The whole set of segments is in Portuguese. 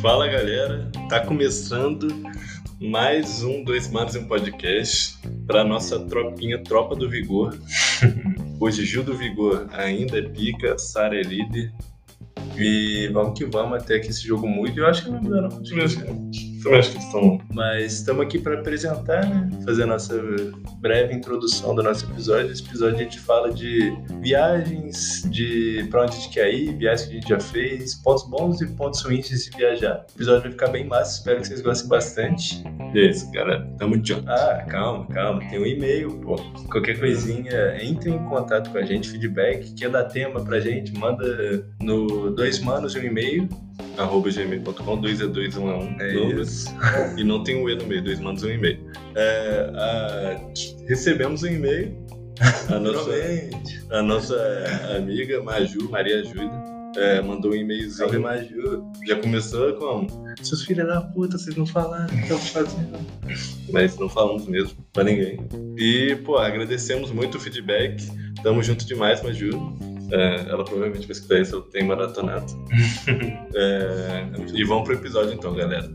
Fala galera, tá começando mais um Dois Mares e um Podcast para nossa tropinha Tropa do Vigor. Hoje Gil do Vigor ainda é pica, Sara é líder. E vamos que vamos até que esse jogo mude. Eu acho que não muda, não. Também acho que também acho que estão. Mas estamos aqui para apresentar, né? Fazer a nossa breve introdução do nosso episódio. Esse episódio a gente fala de viagens, de pra onde a gente quer ir, viagens que a gente já fez, pontos bons e pontos ruins de se viajar. O episódio vai ficar bem massa, espero que vocês gostem bastante. Beleza, cara. Tamo junto. Ah, calma, calma. Tem um e-mail, pô. Qualquer coisinha, entre em contato com a gente, feedback, quer dar tema pra gente, manda no dois manos e um e-mail. Arroba gmail.com, 2 é 2, 1 é 1. É isso. E não tem um E no meio, dois mandos e um e-mail. É, a- recebemos um e-mail. A nossa, a nossa amiga Maju, Maria Ajuda, é, mandou um Salve, e-mailzinho. Maju. Já começou como? Seus filhos da puta, vocês não falaram o que eu vou fazer. Mas não falamos mesmo pra ninguém. E, pô, agradecemos muito o feedback. Tamo junto demais, Maju. É, ela provavelmente vai escutar isso, ela tem maratonado. É, e vamos pro episódio então, galera.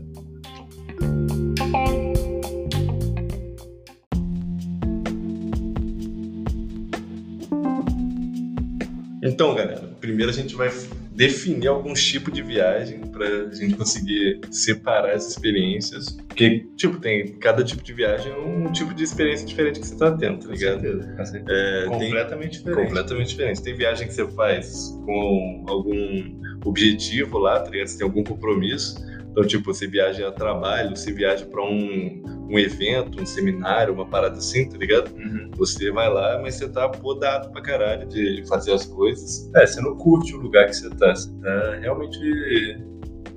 Então, galera, primeiro a gente vai definir alguns tipos de viagem pra gente conseguir separar essas experiências. Porque, tipo, tem cada tipo de viagem é um tipo de experiência diferente que você tá tendo, tá Com ligado? certeza, com certeza. É, tem- Completamente diferente. Completamente diferente. Tem viagem que você faz com algum objetivo lá, tá ligado? Você tem algum compromisso. Então, tipo, você viaja a trabalho, você viaja pra um, um evento, um seminário, uma parada assim, tá ligado? Uhum. Você vai lá, mas você tá podado pra caralho de fazer as coisas. É, você não curte o lugar que você tá. Você tá realmente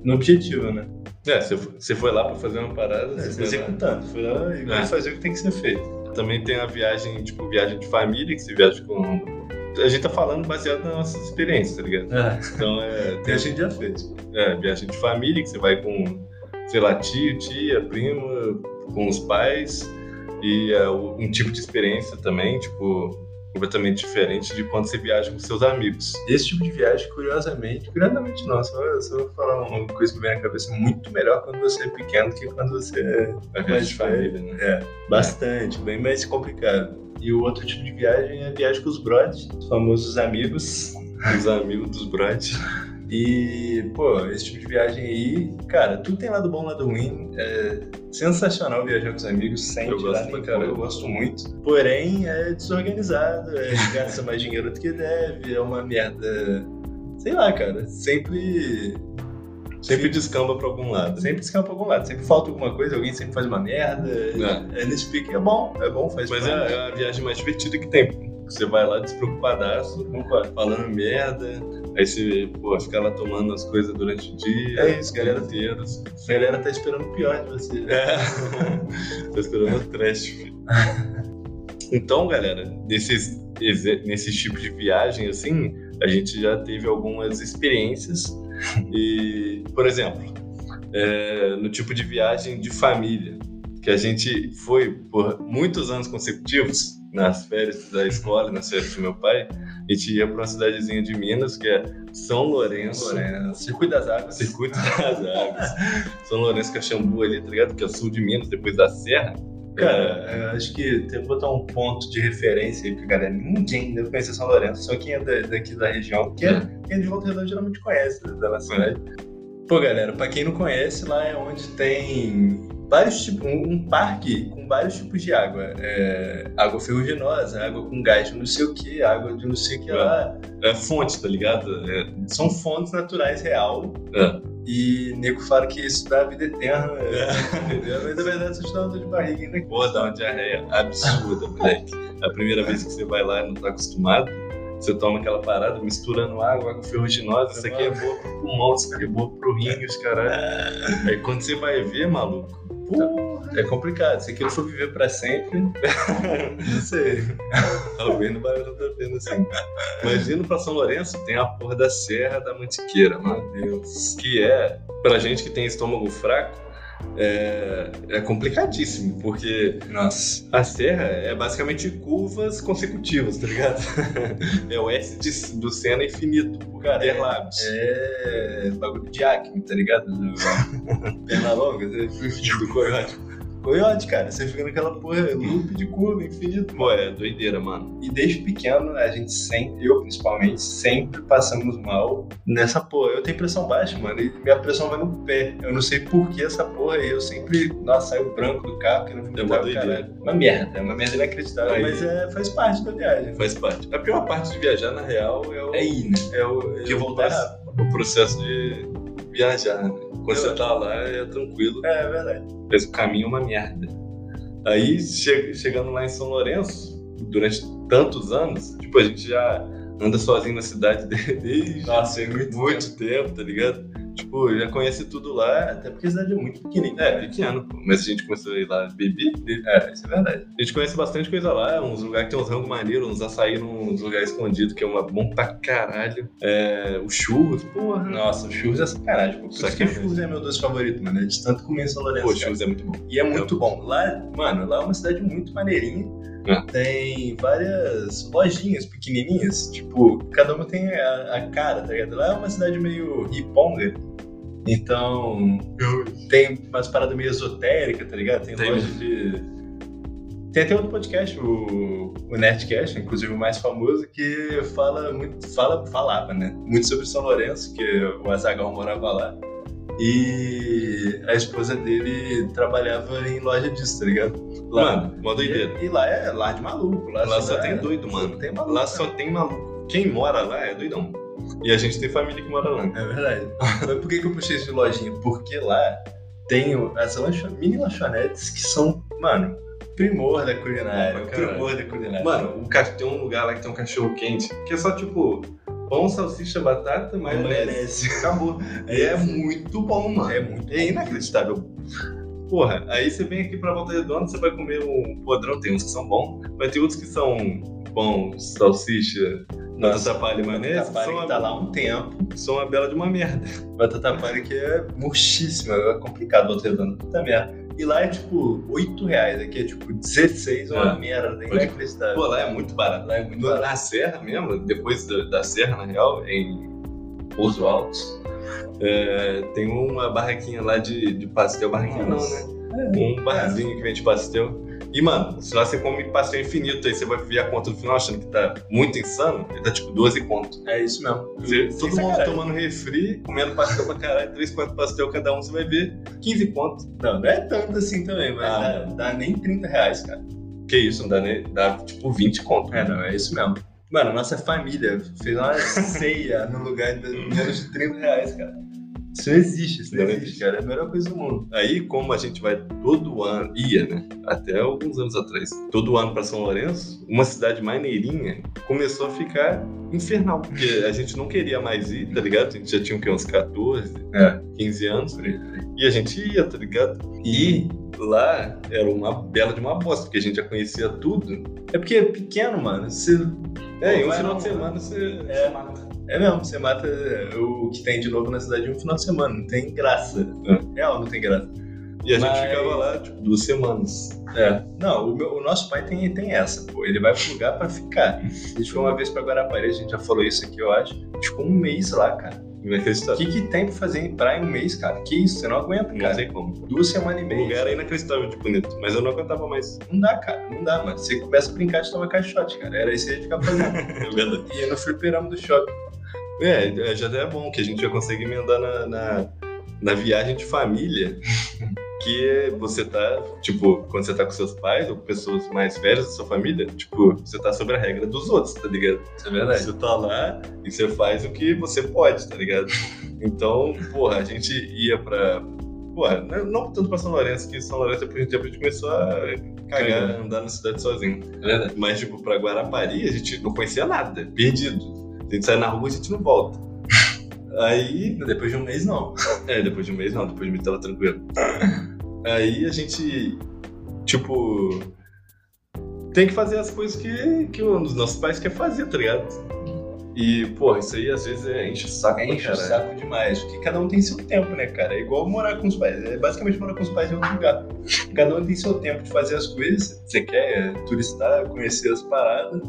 no objetivo, né? É, você, fo- você foi lá pra fazer uma parada, É, você você foi lá. executando. Foi lá e vai É. fazer o que tem que ser feito. Também tem a viagem, tipo, viagem de família, que você viaja com... A gente tá falando baseado nas nossas experiências, tá ligado? Então, é... Tem a gente já fez. É, viagem de família, que você vai com, sei lá, tio, tia, prima, com os pais. E é o- um tipo de experiência também, tipo, completamente diferente de quando você viaja com seus amigos. Esse tipo de viagem, curiosamente, curiosamente não, só, só vou falar uma coisa que me vem na cabeça, é muito melhor quando você é pequeno do que quando você é A viagem Mas é. de família, né? bastante, bem mais complicado. E o outro tipo de viagem é a viagem com os brothers, os famosos amigos. né? Os amigos dos brothers. E, pô, esse tipo de viagem aí, cara, tudo tem lado bom, lado ruim. É sensacional viajar com os amigos, sem Eu tirar gosto nem pra pôr, caralho. eu gosto muito. Porém, é desorganizado, é gasta mais dinheiro do que deve, é uma merda. Sei lá, cara, sempre Sempre descamba pra algum lado. Sempre descampa pra algum lado, sempre falta alguma coisa, alguém sempre faz uma merda. É. É. Nesse pique é bom, é bom, faz Mas é parte. a- é a viagem mais divertida que tem. Você vai lá despreocupadaço, Concordo. falando merda, aí você, pô, fica lá tomando as coisas durante o dia. É isso, galera. Inteiros. A galera tá esperando o pior de você. É. Tô esperando o trash, filho. Então, galera, nesses, exe- nesses tipos de viagem, assim, a gente já teve algumas experiências. E, por exemplo, é, no tipo de viagem de família, que a gente foi por muitos anos consecutivos, nas férias da escola, nas férias do meu pai, a gente ia para uma cidadezinha de Minas, que é São Lourenço. Lorena, né? Circuito das Águas. Circuito das Águas. São Lourenço Caxambu ali, tá ligado? Que é sul de Minas, depois da Serra. Cara, eu acho que tem que botar um ponto de referência aí pra galera. Ninguém deve conhecer São Lourenço, só quem é da- daqui da região, que é, quem é de Volta Redonda geralmente conhece né, da nossa cidade. Pô, galera, pra quem não conhece, lá é onde tem vários tipos, um, um parque com vários tipos de água. É, água ferruginosa, água com gás de não sei o que, água de não sei o que lá. é, é fonte, tá ligado? É, São fontes naturais real. É. E nego fala que isso dá vida eterna, É. entendeu? Mas na verdade isso te dá uma dor de barriga ainda. pô, dá uma diarreia absurda, moleque. É A primeira vez que você vai lá e não tá acostumado, você toma aquela parada misturando água, água ferruginosa, né, isso aqui é boa pro pulmão, isso aqui é boa pro rim, os caralho. Aí quando você vai ver, maluco, pô, É complicado, se aquilo for viver pra sempre. não sei. talvez não valha tanto a pena assim. Imagina pra São Lourenço, tem a porra da Serra da Mantiqueira, mano. Meu Deus. que é, pra gente que tem estômago fraco, é, é complicadíssimo, porque Nossa. a serra é basicamente curvas consecutivas, tá ligado? é o S de- do Senna infinito, por Cara, ter lábios. É. bagulho de acne, tá ligado? Do- Perna longa. Do coiote. Coiote, cara. Você fica naquela porra, loop de curva infinito. Pô, é doideira, mano. E desde pequeno, a gente sempre, eu principalmente, sempre passamos mal nessa porra. Eu tenho pressão baixa, mano, e minha pressão vai no pé. Eu não sei por que essa porra, e eu sempre, nossa, saio branco do carro, que não É fica uma o doideira. caralho. Uma merda, é uma merda inacreditável, Aí- mas é, faz parte da viagem. Faz parte. A pior parte de viajar, na real, é o, É ir, né? é o, é Porque o voltar proce- rápido. o processo de viajar, né? Quando Eu- você tá lá, é tranquilo, É, é verdade. mas o caminho é uma merda. Aí, che- chegando lá em São Lourenço, durante tantos anos, tipo, a gente já anda sozinho na cidade de- desde Nossa, é muito, muito tempo, tá ligado? Tipo, já conhece tudo lá, Até porque a cidade é muito pequenininha. é, pequeno, pô. mas a gente começou a ir lá beber, É, isso é verdade. A gente conhece bastante coisa lá, uns lugares que tem uns rangos maneiros, uns açaí num lugar escondido, que é uma bom pra caralho. É, o churros, porra. Nossa, o churros é sacanagem. Pô. Por isso que o Sacanagem. churros é meu doce favorito, mano. É de tanto comer em São Lourenço. Pô, o cara. churros é muito bom. E é muito bom. Lá, mano, lá é uma cidade muito maneirinha. É. Tem várias lojinhas pequenininhas. Tipo, cada uma tem a, a cara, tá ligado? Lá é uma cidade meio riponga. Então, tem umas paradas meio esotéricas, tá ligado? Tem, Tem loja de... Tem até outro podcast, o, o Nerdcast, inclusive o mais famoso, que fala muito, fala, falava, né? Muito sobre São Lourenço, que o Azagal morava lá. E a esposa dele trabalhava em loja disso, tá ligado? Mano, uma doideira. E, e lá é lar de maluco. Lá, Lá só tem doido, só mano. Tem maluco. Lá só tem maluco. Quem mora lá é doidão. E a gente tem família que mora lá. É verdade. Mas por que, que eu puxei isso de lojinha? Porque lá tem o- as lancho- mini lanchonetes que são, mano, primor da culinária. Opa, caralho. primor da culinária. É, Mano, o cach- tem um lugar lá que tem um cachorro quente, que é só tipo pão, salsicha, batata, maionese. maionese. Acabou. E é muito bom, mano. É muito. É inacreditável. Porra, aí você vem aqui pra Volta Redonda, você vai comer um podrão, tem uns que são bons, mas tem outros que são pão, salsicha, batata palha e maionese, Batata que são, palha uma- que tá lá há um tempo. são uma bela de uma merda. Batata palha que é murchíssima. É complicado botar dando puta merda. E lá é tipo 8 reais. Aqui é tipo 16 é uma É. merda. É Pode- inacreditável. Pô, lá é muito barato. Lá é muito Na, barato. na Serra mesmo, depois da, da Serra, na real, em Pouso Alto, é, tem uma barraquinha lá de, de pastel, barraquinha não, né? É um barzinho que vende pastel. E, mano, se lá você come pastel infinito, aí você vai ver a conta do final achando que tá muito insano, e tá tipo 12 conto. É isso é mesmo. Você- Sem todo mundo sacanagem. tomando refri, comendo pastel pra caralho, 3, 4 pastel cada um, você vai ver 15 conto. Não, não é tanto assim também, mas Ah, dá, dá nem 30 reais, cara. Que isso, não dá, né? Dá tipo 20 conto. É, não, é isso mesmo. Mano, a nossa família fez uma ceia no lugar de menos de 30 reais, cara. Isso não existe, isso não, Não existe, existe. cara. É a melhor coisa do mundo. Aí, como a gente vai todo ano, ia, né? Até alguns anos atrás, todo ano pra São Lourenço, uma cidade maneirinha começou a ficar infernal. Porque a gente não queria mais ir, tá ligado? A gente já tinha o quê? Uns 14, É. 15 anos. E a gente ia, tá ligado? E lá era uma bela de uma bosta, porque a gente já conhecia tudo. É porque é pequeno, mano. Você... É, e um vai final num- de semana você, É. você mata. É mesmo, você mata é, o que tem de novo na cidade em um final de semana. Não tem graça. Real, não tem graça. E a gente Mas- ficava lá, tipo, duas semanas. É. Não, o, meu- o nosso pai tem, tem essa, pô. Ele vai pro lugar pra ficar. A gente foi uma vez pra Guarapari, a gente já falou isso aqui, eu acho. A gente ficou um mês lá, cara. O Inacreditável. que, que tem pra fazer em praia em um mês, cara? Que isso? Você não aguenta, Não cara. sei como. Duas semanas e O meia. lugar era inacreditável de bonito, mas eu não aguentava mais. Não dá, cara, não dá, mano. Você começa a brincar de tomar caixote, cara. Era isso que a gente ficava fazendo. É verdade. e no fliperama do shopping. É, já é bom que a gente já consegue emendar na, na, na viagem de família. Que você tá, tipo, quando você tá com seus pais ou com pessoas mais velhas da sua família, tipo, você tá sobre a regra dos outros, tá ligado? Isso é Você tá lá e você faz o que você pode, tá ligado? Então, porra, a gente ia pra. Porra, não, não tanto pra São Lourenço, que São Lourenço depois de um tempo a gente começou a cagar, Cagar. andar na cidade sozinho. É verdade. Mas, tipo, pra Guarapari, a gente não conhecia nada, perdido. A gente sai na rua e a gente não volta. Aí. Depois de um mês, não. É, depois de um mês não, depois de um mês tava tranquilo. Aí a gente. Tipo. Tem que fazer as coisas que, que um dos nossos pais quer fazer, tá ligado? E, pô, isso aí às vezes é, enche o saco pra Enche o caralho. saco demais. Porque cada um tem seu tempo, né, cara? É igual morar com os pais. É basicamente morar com os pais em outro lugar. Cada um tem seu tempo de fazer as coisas. Você quer é, turistar, conhecer as paradas.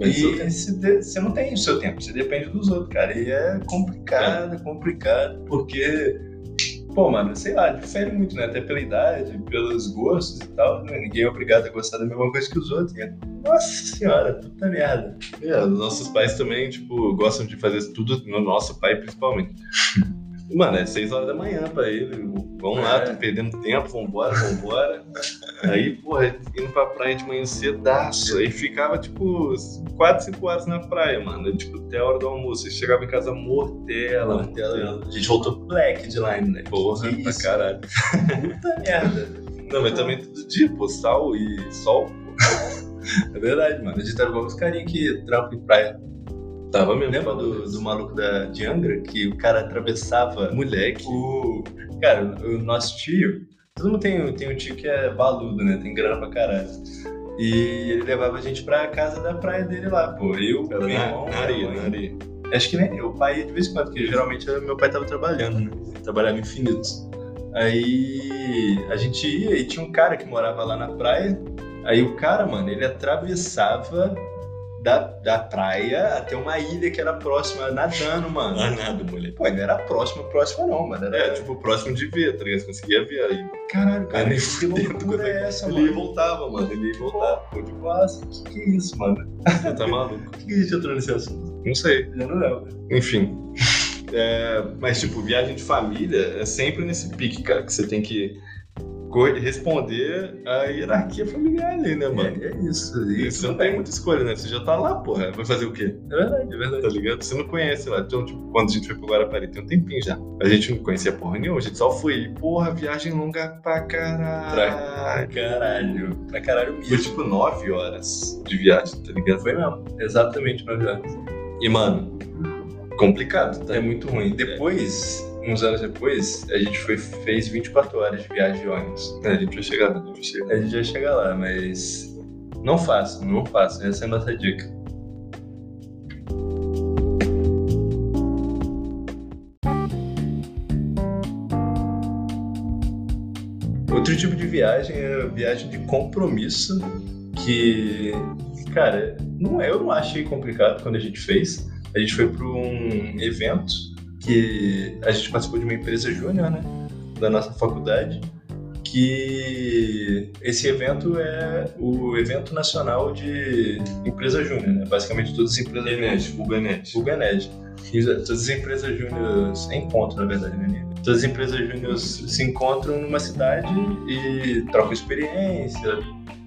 Mas eu- e se de- você não tem o seu tempo, você depende dos outros, cara. E é complicado, complicado, porque, pô, mano, sei lá, difere muito, né? Até pela idade, pelos gostos e tal. né? Ninguém é obrigado a gostar da mesma coisa que os outros. E, é, nossa senhora, puta merda. É, os nossos pais também, tipo, gostam de fazer tudo, no nosso pai principalmente. Mano, é seis horas da manhã pra ele. Vamos lá, É. tô perdendo tempo, vambora, vambora. aí, porra, indo pra praia de manhã cedaço. Aí ficava, tipo, quatro cinco horas na praia, mano. Tipo, até a hora do almoço. Aí chegava em casa mortela, mortela. A gente voltou pro black de line, né? Porra, Que pra isso? caralho. Puta merda. Não, mas também todo dia, pô, sal e sol. É verdade, mano. A gente tava igual os carinhos que trampam em praia. Tava mesmo. Lembra do, do maluco da, de Angra? Que o cara atravessava moleque? o. Cara, o nosso tio. Todo mundo tem, tem um tio que é baludo, né? Tem grana pra caralho. E ele levava a gente pra casa da praia dele lá, pô. Eu, Era meu na, irmão, na minha areia, mãe. na areia. Acho que nem eu. O pai ia de vez em quando, porque geralmente era- meu pai tava trabalhando, né? Trabalhava infinitos. Aí a gente ia e tinha um cara que morava lá na praia. Aí o cara, mano, ele atravessava da, da praia até uma ilha que era próxima, nadando, mano. Danado, moleque. Pô, não era próxima, próxima não, mano. É, Era tipo, próximo de ver, tá ligado? Você Conseguia ver aí. caralho, cara, nem que loucura é essa, né? Ele mano? voltava, mano. Ele ia voltar. Pô, de massa, que que é isso, mano? Você tá maluco? Por que a gente entrou nesse assunto? Não sei. Eu não lembro. Enfim. É, mas, tipo, viagem de família é sempre nesse pique, cara, que você tem que co- responder a hierarquia familiar ali, né, mano? É, é isso. E Isso você não tem muita escolha, né? Você já tá lá, porra. Vai fazer o quê? É verdade, é verdade. tá ligado? Você não conhece lá. Então, tipo, quando a gente foi pro Guarapari, tem um tempinho já. A gente não conhecia porra nenhuma, a gente só foi. E, Porra, viagem longa pra Pra caralho. caralho. Pra caralho mesmo. Foi tipo nove horas de viagem, tá ligado? Foi mesmo, exatamente nove anos. E, mano, complicado, tá? É muito ruim. Depois Depois, uns anos depois, a gente foi, fez 24 horas de viagem de ônibus. É, a gente vai chegar, né? a gente vai chegar. A gente já chega lá, mas não faço, não faço. Essa é a nossa dica. Outro tipo de viagem é a viagem de compromisso, que, cara, não é, eu não achei complicado quando a gente fez. A gente foi para um evento que a gente participou de uma empresa júnior, né, da nossa faculdade, que esse evento é o evento nacional de empresa júnior, né? Basicamente todas as empresas júnior Buganet, Buganet. o Ganed. E Todas as empresas júnior se encontram, na verdade, né? Nina? Todas as empresas júnior se encontram numa cidade e trocam experiência,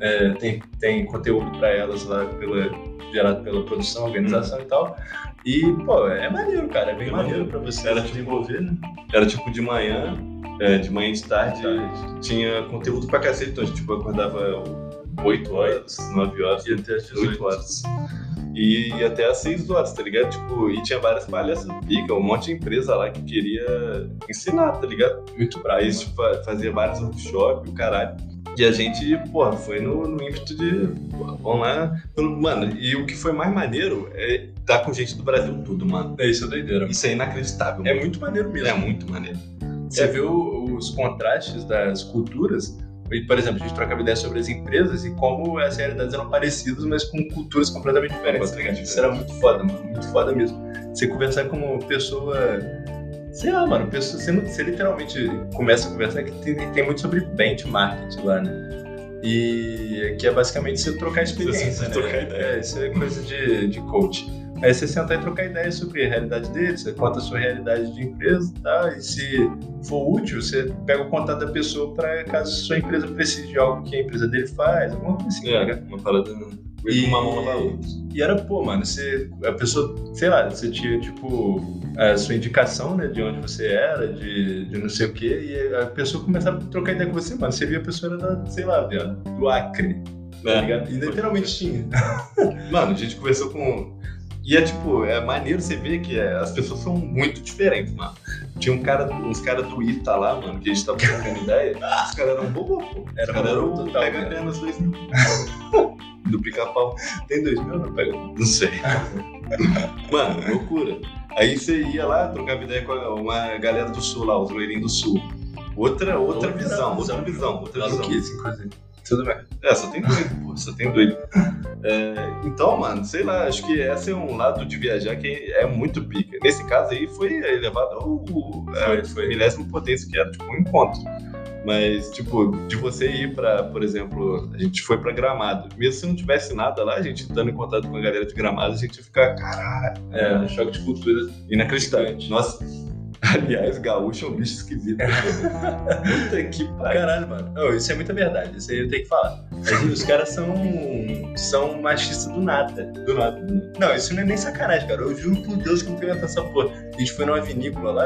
é, tem, tem conteúdo para elas lá pela, gerado pela produção, organização e tal. E, pô, é maneiro, cara, é bem É maneiro, maneiro. pra você Era se desenvolver, né? Era tipo de manhã, é, de manhã e de tarde, tinha conteúdo pra cacete. Então, a gente, tipo, acordava 8 horas, 9 horas. E até as 8 18 horas. horas. E ia até às 6 horas, tá ligado? Tipo, e tinha várias palhaças pica, um monte de empresa lá que queria ensinar, tá ligado? Muito Pra bravo. isso, tipo, fazia vários workshops, o caralho. E a gente, porra, foi no, no ímpeto de, porra, vamos lá. Mano, e o que foi mais maneiro é estar com gente do Brasil todo, mano. É isso, é doideira. Isso é inacreditável. É mano. muito maneiro mesmo. é muito maneiro. É. Você vê o- os contrastes das culturas. E, Por exemplo, a gente trocava ideia sobre as empresas e como as realidades eram parecidas, mas com culturas completamente diferentes. tá ligado? Completamente Isso era muito foda, mano. Muito foda mesmo. Você conversar com uma pessoa. Sei lá, mano. Pessoa, você, não- você literalmente começa a conversar que tem, tem muito sobre benchmarking lá, né? E que é basicamente você trocar experiência. Você trocar né? ideia. É, isso é coisa de, de coach. Aí você sentar e trocar ideia sobre a realidade dele, você conta a sua realidade de empresa e tal, e se for útil, você pega o contato da pessoa para caso sua empresa precise de algo que a empresa dele faz, alguma coisa assim. tá É, ligado? uma parada. E- E... Uma mão lava a outra. E era, pô, mano, você, a pessoa, sei lá, você tinha, tipo, a sua indicação, né, de onde você era, de, de não sei o quê, e a pessoa começava a trocar ideia com você, mano. Você via a pessoa era, da, sei lá, velho, do Acre, tá É. ligado? E literalmente tinha. Mano, a gente conversou com. E é tipo, é maneiro você ver que é, as pessoas são muito diferentes, mano. Tinha um cara, uns caras do Ita lá, mano, que a gente tava trocando ideia. Os caras eram bobo, pô. Era Os caras eram bobo total, um pega cara. apenas dois mil. do pica-pau. Tem dois mil? Não, pera, não sei. Mano, loucura. Aí você ia lá, trocava ideia com uma galera do sul lá, os loirinhos do sul. Outra, outra, Outra visão, visão. outra visão, outra Claro visão. que isso, inclusive. Tudo bem. É, só tem doido, pô, só tem doido. É, então, mano, sei lá, acho que esse é um lado de viajar que é muito pica. Nesse caso aí foi elevado ao Foi, foi. milésimo potência, que era tipo um encontro. Mas, tipo, de você ir pra, por exemplo, a gente foi pra Gramado. Mesmo se não tivesse nada lá, a gente estando em contato com a galera de Gramado, a gente ia ficar, caralho, É, choque de cultura. inacreditável. Nossa, aliás, gaúcho é um bicho esquisito. Puta que pariu. Caralho, mano. Não, isso é muita verdade. Isso aí eu tenho que falar. Mas os caras são. são machistas do nada. Do nada. Não, isso não é nem sacanagem, cara. Eu juro por Deus que eu não fui inventar essa porra. A gente foi numa vinícola lá.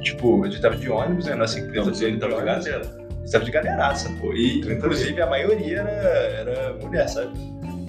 Tipo, a gente tava de ônibus, né? Nossa empresa Não, de ele tá tava de ônibus. galera. Estava de galeraça, pô. E, 30 inclusive, a maioria era, era mulher, sabe?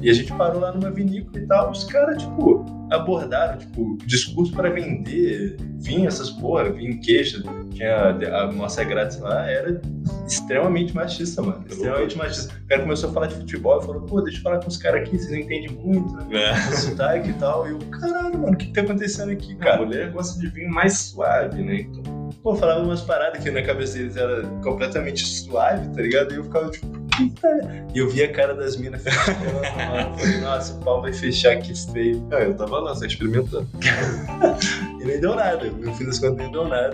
E a gente parou lá numa vinícola e tal. Os caras, tipo, abordaram, tipo, discurso para vender vinho, essas porra, vinho queixa. Tinha a, a nossa grátis lá, era extremamente machista, mano. Extremamente machista. O cara começou a falar de futebol e falou, pô, deixa eu falar com os caras aqui, vocês não entendem muito, né? É. sotaque e tal. E eu, caralho, mano, o que que tá acontecendo aqui, A cara? mulher é gosta de vinho mais suave, né? Então, Pô, falava umas paradas que na cabeça deles era completamente suave, tá ligado? E eu ficava tipo, puta. E eu via a cara das minas fechando, mano. Falei, nossa, o pau vai fechar que feio. É, eu tava lá, só experimentando. E nem deu nada, no fim das contas nem deu nada.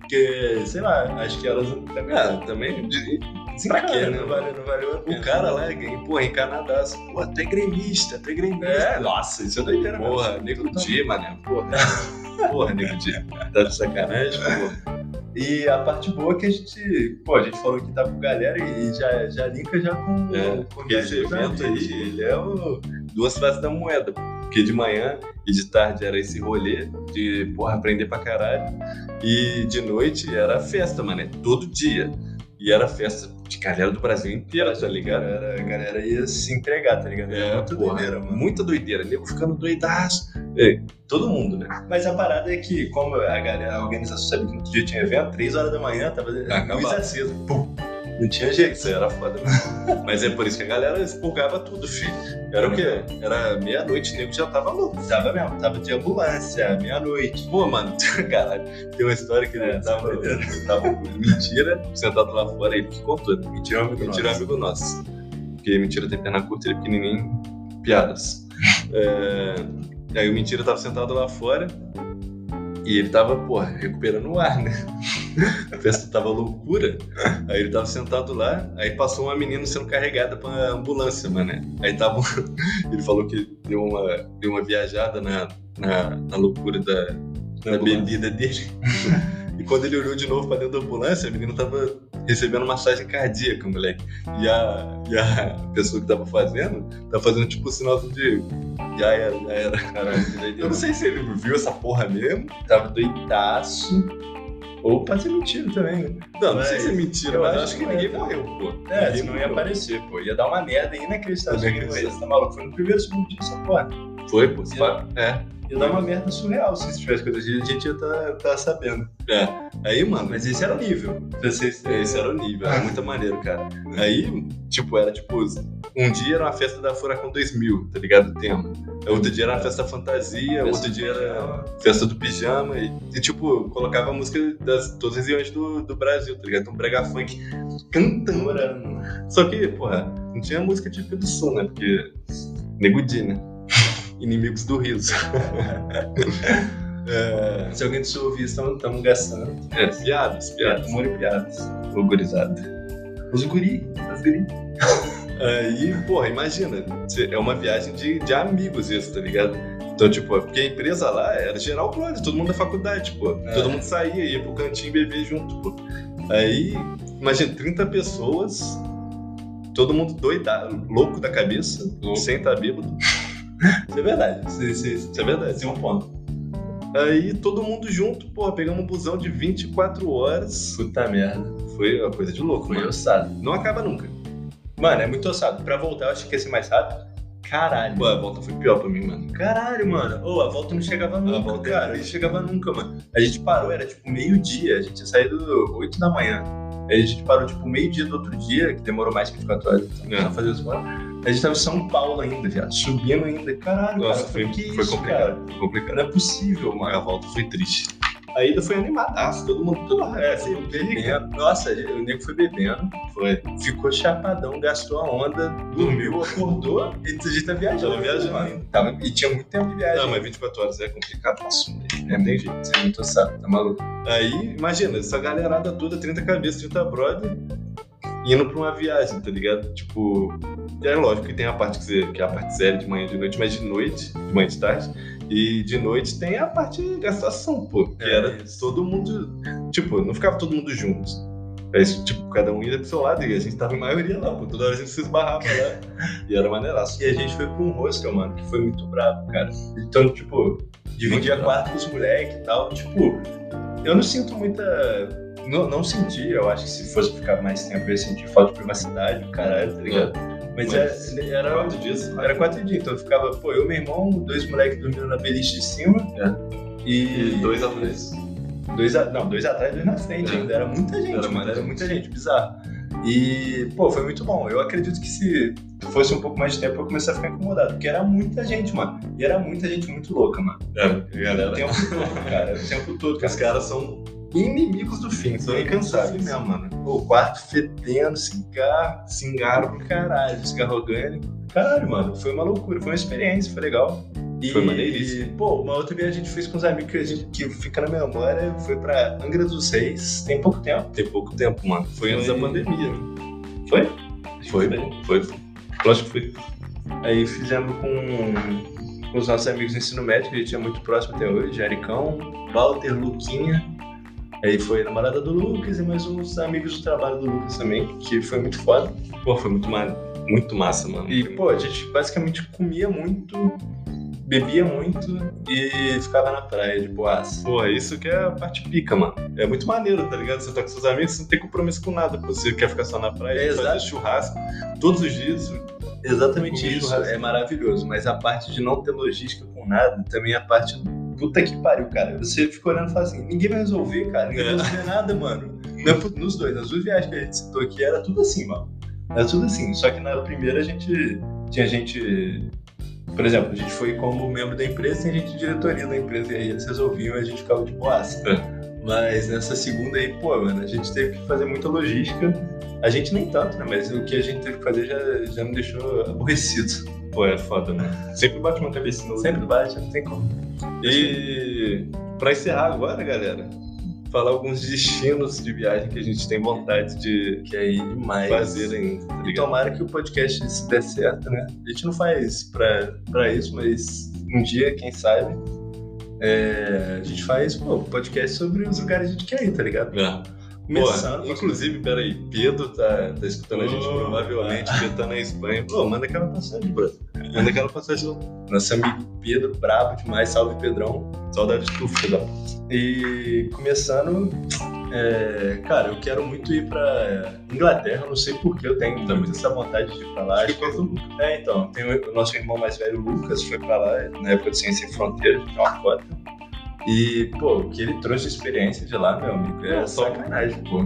Porque, sei lá, acho que elas também. Ah, né? também. pra quê, né? Não valeu, não valeu a pena. O cara lá, é porra, encanadaço. Pô, até gremista, até gremista. É, nossa, isso é doideira, mesmo. Porra, nego dia, mané. Porra. Porra, nego dia. Tá de sacanagem, porra. E a parte boa é que a gente, pô, a gente falou que tá com galera e já, já linka já com, É, com Porque esse evento aí, ele é o... duas faces da moeda. Porque de manhã e de tarde era esse rolê de, porra, aprender pra caralho. E de noite era festa, mané. Todo dia. E era festa de galera do Brasil inteiro, tá ligado? Galera, a galera ia se entregar, tá ligado? É, Muita porra, doideira, mano. Muita doideira. Nego ficando doidaço. É, todo mundo, né? Mas a parada é que, como a galera, a organização sabia que no outro dia tinha evento, 3 horas da manhã, tava Acabado. luz acesa. Pum. Não tinha jeito, isso era foda. Mas é por isso que a galera expurgava tudo, filho. Era o quê? Era meia-noite, o nego já tava louco. Tava mesmo, tava de ambulância, meia-noite. Pô, mano, caralho, tem uma história que É, ele tava, essa doideira. eu tava com mentira, sentado lá fora, ele que contou. né? Mentira é um amigo, Amigo mentira é um amigo nosso. Porque mentira tem perna curta, ele é pequenininho, piadas. É, Aí o mentira tava sentado lá fora e ele tava, porra, recuperando o ar, né? A festa tava loucura. Aí ele tava sentado lá, aí passou uma menina sendo carregada pra ambulância, mano. Aí tava. um- Ele falou que deu uma, deu uma viajada na, na, na loucura da, na bebida dele. e quando ele olhou de novo pra dentro da ambulância, a menina tava recebendo massagem cardíaca, moleque. E a, e a pessoa que tava fazendo, tava fazendo tipo o sinal de. Já era, já era. Caralho, que Eu doideira. não sei se ele viu essa porra mesmo. Tava doidaço. Ou pode ser mentira também, né? Não, não Mas sei se é mentira, eu mas acho acho que que ninguém é, tá? morreu, pô. É, Ninguém senão ia morreu. aparecer, pô. Ia dar uma merda inacreditável. Inacreditável. Você tá maluco? Foi no primeiro segundo dia essa porra. Foi, pô. se pá- É. Ia dar uma merda surreal se isso tivesse acontecido. A gente ia tá, tá sabendo. Aí, mano, Mas esse era o nível. Vocês, É, Esse era o nível, era muito maneiro, cara. Aí, tipo, era tipo. Um dia era uma festa da Furacão 2000, tá ligado? O tema. Outro dia era uma festa fantasia, outro dia era festa do pijama. E, e, tipo, colocava a música das todas as regiões do, do Brasil, tá ligado? Então, brega funk cantando. Morando. Só que, porra, não tinha música típica do sul, né? Porque. Negudi, né? Inimigos do riso. é, Se alguém do sul ouvir, estamos gastando. é, piadas, piadas. Humor e piadas. Vulgarizado. Os é guri. tá Os guri. Aí, porra, imagina, cê- é uma viagem de, de amigos isso, tá ligado? Então, tipo, porque a empresa lá era geral brother, todo mundo da faculdade, pô. É. Todo mundo saía, ia pro cantinho beber junto, pô. Aí, imagina, 30 pessoas, todo mundo doidado, louco da cabeça, Louco. sem estar bêbado. Isso é verdade. Isso, isso, isso. Isso é verdade. Esse é um ponto. Aí, todo mundo junto, porra, pegamos um busão de 24 horas. Puta merda. Foi uma coisa de louco, Foi mano. ossado. Não acaba nunca. Mano, é muito ossado. Pra voltar, eu acho que ia ser mais rápido. Caralho. Pô, a volta foi pior pra mim, mano. Caralho, mano. Ô, a volta não chegava nunca, volta é cara. Não chegava nunca, mano. A gente parou, era tipo meio-dia. A gente tinha saído 8 da manhã. Aí a gente parou tipo meio-dia do outro dia, que demorou mais que 24 horas pra É. fazer os planos. A gente tava em São Paulo ainda, já, subindo ainda. Caralho, Nossa, cara, foi, que foi isso, complicado. cara? Foi complicado. Não é possível, mano. A volta foi triste. A ida foi animadaço, todo mundo, porra, é, assim, bebendo. Nossa, o nego foi bebendo, É, Foi. ficou chapadão, gastou a onda, dormiu, acordou e a gente tá viajando. Tava viajando ainda. Tava, e tinha muito tempo de viagem. Não, mas 24 horas é complicado. Assunto. É, tem jeito, você não tô sabe, tá maluco? Aí, imagina, essa galerada toda, 30 cabeças, 30 brother, indo pra uma viagem, tá ligado? Tipo, é lógico que tem a parte que, você- que é a parte séria de manhã e de noite, mas de noite, de manhã e de tarde, e de noite tem a parte de gastação, pô, que É era isso. todo mundo, tipo, não ficava todo mundo junto. Aí, tipo, cada um ia pro seu lado e a gente tava em maioria lá, pô, toda hora a gente se esbarrava lá. E era é maneiraço. E a gente foi pra um rosca, mano, que foi muito brabo, cara. Então, tipo, dividia Muito quarto com os moleques e tal, tipo, eu não sinto muita. Não, não senti, eu acho que se fosse ficar mais tempo eu ia sentir falta de privacidade, caralho, tá ligado? Mas, Mas é- era. Quatro dias. Era quatro dias, então eu ficava, pô, eu e meu irmão, dois moleques dormindo na beliche de cima. E, É. E dois anões. Dois a- não, dois atrás e dois na frente É. ainda. Era muita gente, Era mano, muita era gente. muita gente, bizarro. E, pô, foi muito bom. Eu acredito que se fosse um pouco mais de tempo, eu começaria a ficar incomodado, porque era muita gente, mano. E era muita gente muito louca, mano. É, O galera. um tempo todo, cara. Era O tempo todo, Os cara. caras são inimigos do fim, são incansáveis. mesmo, mano. Pô, O quarto fedendo, cigarro, cigarro pro caralho, cigarro orgânico. Caralho, mano, foi uma loucura, foi uma experiência, foi legal. E, Foi maneiríssimo. Pô, uma outra viagem a gente fez com os amigos que, a gente, que fica na memória, foi pra Angra dos Reis, tem pouco tempo. Tem pouco tempo, mano. Foi antes da Foi- pandemia. Foi? Foi, foi. Lógico que foi. Aí fizemos com, com os nossos amigos do ensino médio, que a gente é muito próximo até hoje, Ericão, Walter, Luquinha. Aí foi a namorada do Lucas e mais uns amigos do trabalho do Lucas também, que foi muito foda. Pô, foi muito, ma... muito massa, mano. E, pô, a gente basicamente comia muito, bebia muito e ficava na praia de boas. Porra, isso que é a parte pica, mano. É muito maneiro, tá ligado? Você tá com seus amigos, você não tem compromisso com nada. pô. Você quer ficar só na praia, É, fazer exato. churrasco todos os dias. Exatamente Comia isso, churrasco. é maravilhoso. Mas a parte de não ter logística com nada, também é a parte do puta que pariu, cara. Você fica olhando e fala assim, ninguém vai resolver, cara. Ninguém vai É. resolver nada, mano. Não é pro- nos dois, nas duas viagens que a gente citou aqui, era tudo assim, mano. Era tudo assim. Só que na primeira a gente tinha gente... Por exemplo, a gente foi como membro da empresa, tem gente de diretoria da empresa, e aí eles resolviam e a gente ficava de boaça. Mas nessa segunda aí, pô, mano, a gente teve que fazer muita logística. A gente nem tanto, né? Mas o que a gente teve que fazer já, já me deixou aborrecido. Pô, é foda, né? Sempre bate uma cabecinha no Sempre bate, não tem como. E pra encerrar agora, galera, falar alguns destinos de viagem que a gente tem vontade de Que aí É demais. fazer ainda, tá E ligado? tomara que o podcast se der certo, né? A gente não faz pra, pra isso, mas um dia, quem sabe, é, a gente faz, pô, podcast sobre os lugares que a gente quer ir, tá ligado? É. Começando, Pô, inclusive, peraí, Pedro tá, tá escutando a gente Ô. provavelmente, Pedro tá na Espanha. Pô, manda aquela passagem, brother. Manda aquela passagem lá. nosso amigo Pedro, brabo demais, salve Pedrão. Saudade de tu, filho da E começando, é, cara, eu quero muito ir pra Inglaterra, não sei porquê, eu tenho Também. muito essa vontade de ir pra lá. Acho que eu gosto É, então, tem o o nosso irmão mais velho, Lucas, foi pra lá na época do Ciência Sem Fronteiras, tem uma cota. E, pô, o que ele trouxe de experiência de lá, meu amigo, é Não, só- sacanagem, pô.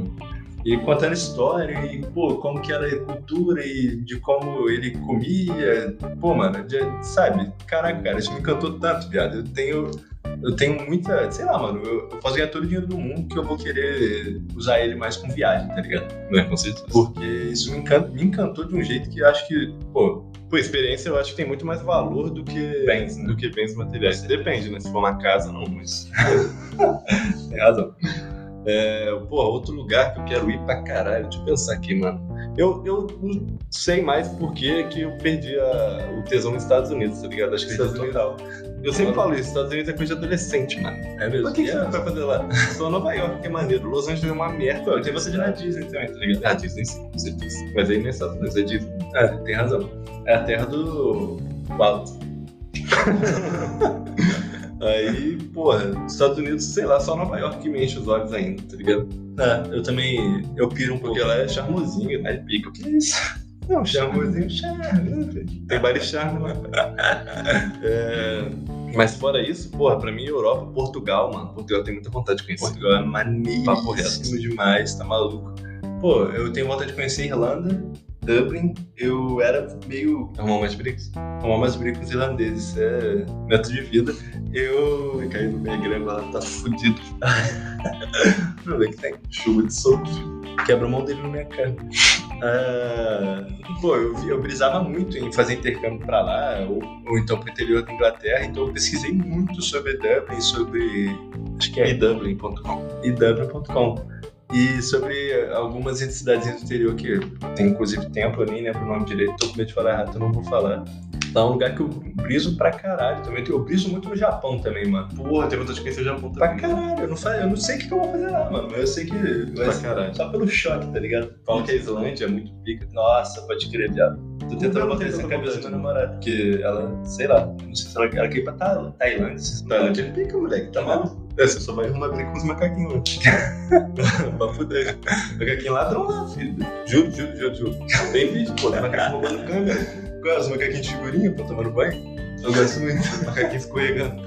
E contando história e, pô, como que era a cultura e de como ele comia. Pô, mano, de- sabe? Caraca, cara, isso me encantou tanto, viado. Eu tenho, eu tenho muita, sei lá, mano, eu, eu posso ganhar todo o dinheiro do mundo que eu vou querer usar ele mais com viagem, tá ligado? né? Com certeza. Por, Porque isso me, encan- me encantou de um jeito que eu acho que, pô, por experiência, eu acho que tem muito mais valor do que Bens, né? do que bens materiais. Depende, né? Se for uma casa, não, mas. tem razão. É, porra, outro lugar que eu quero ir pra caralho. Deixa eu pensar aqui, mano. Eu, eu não sei mais por que que eu perdi a- o tesão nos Estados Unidos, tá ligado? Acho que Estados Unidos. total. Eu sempre falo isso, Estados Unidos é coisa de adolescente, mano. É mesmo. Mas o que, que você vai fazer lá? Só Nova York, que é maneiro. Los Angeles é uma merda. Pô, tem você de na Disney também, tá ligado? Ah, Disney sim, com certeza. Mas aí não é Estados Unidos, é Disney. É, tem razão. É a terra do. Walt. Aí, porra, Estados Unidos, sei lá, só Nova York que me enche os olhos ainda, tá ligado? É, eu também. Eu piro um Porque pouquinho. lá é charmosinho, né? Pica. Que isso? Não, chamozinho, charme. Tem vários charmes lá. É, Mas fora isso, porra, pra mim, Europa, Portugal, mano. Portugal tem muita vontade de conhecer. Portugal é Papo reto. maneiríssimo demais, tá maluco. Pô, eu tenho vontade de conhecer a Irlanda Dublin, eu era meio. é Arrumar mais bricos? Arrumar mais bricos irlandeses, isso é método de vida. Eu caí no meio grego, ela tá fudido. Não vê que tem chuva de solto. Quebra a mão dele na minha cara. Ah, pô, eu, vi- eu brisava muito em fazer intercâmbio pra lá, ou, ou então pro interior da Inglaterra, então eu pesquisei muito sobre Dublin, sobre. Acho que é idublin.com. idublin.com. E sobre algumas entidades do interior que tem inclusive tempo, eu nem lembro o nome direito, tô com medo de falar errado, então não vou falar. Lá é um lugar que eu briso pra caralho também. Eu briso muito no Japão também, mano. Porra, tem vontade de conhecer o Japão Pra também. caralho, eu não, fa- eu não sei o que, que eu vou fazer lá, mano. Mas eu sei que. vai Pra ser caralho. Só pelo choque, tá ligado? Falam que a Islândia é muito pica. Nossa, pode crer, viado. Tô tentando Não, botar tem isso na tanta cabeça vontade. da minha namorada, porque ela, sei lá, não sei se ela, ela quer ir pra Tha- Tailândia. se não- Tailândia é pica, moleque, tá maluco? É, você só vai arrumar briga com os macaquinhos, né? mano. Papo 10. Macaquinho ladrão lá, filho. Juro, juro, juro, juro. Tem vídeo, pô, tem macaquinho roubando câmera. Qual é? Os macaquinhos de figurinha pra tomar no banho? Eu gosto muito. Macaquinho escorregando.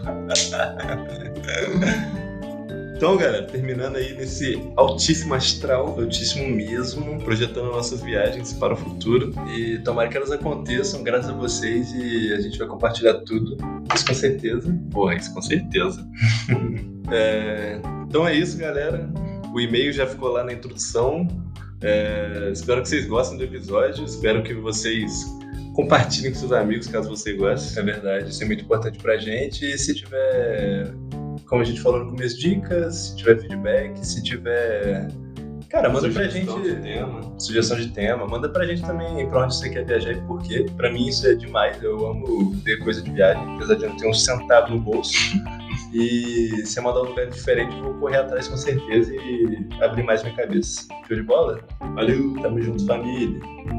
Então, galera, terminando aí nesse altíssimo astral, altíssimo mesmo, projetando nossas viagens para o futuro. E tomara que elas aconteçam, graças a vocês, e a gente vai compartilhar tudo. Isso com certeza. Porra, isso com certeza. É, então é isso, galera. O e-mail já ficou lá na introdução. É, espero que vocês gostem do episódio. Espero que vocês compartilhem com seus amigos, caso você goste. É verdade, isso é muito importante pra gente. E se tiver, como a gente falou no começo, dicas, se tiver feedback, se tiver. Cara, manda pra gente Sugestão de tema. sugestão de tema, manda pra gente também pra onde você quer viajar e por quê. Pra mim isso é demais, eu amo ver coisa de viagem, apesar de eu não ter um centavo no bolso. E se eu mandar um lugar diferente, eu vou correr atrás com certeza e abrir mais minha cabeça. Show de bola? Valeu! Tamo junto, família.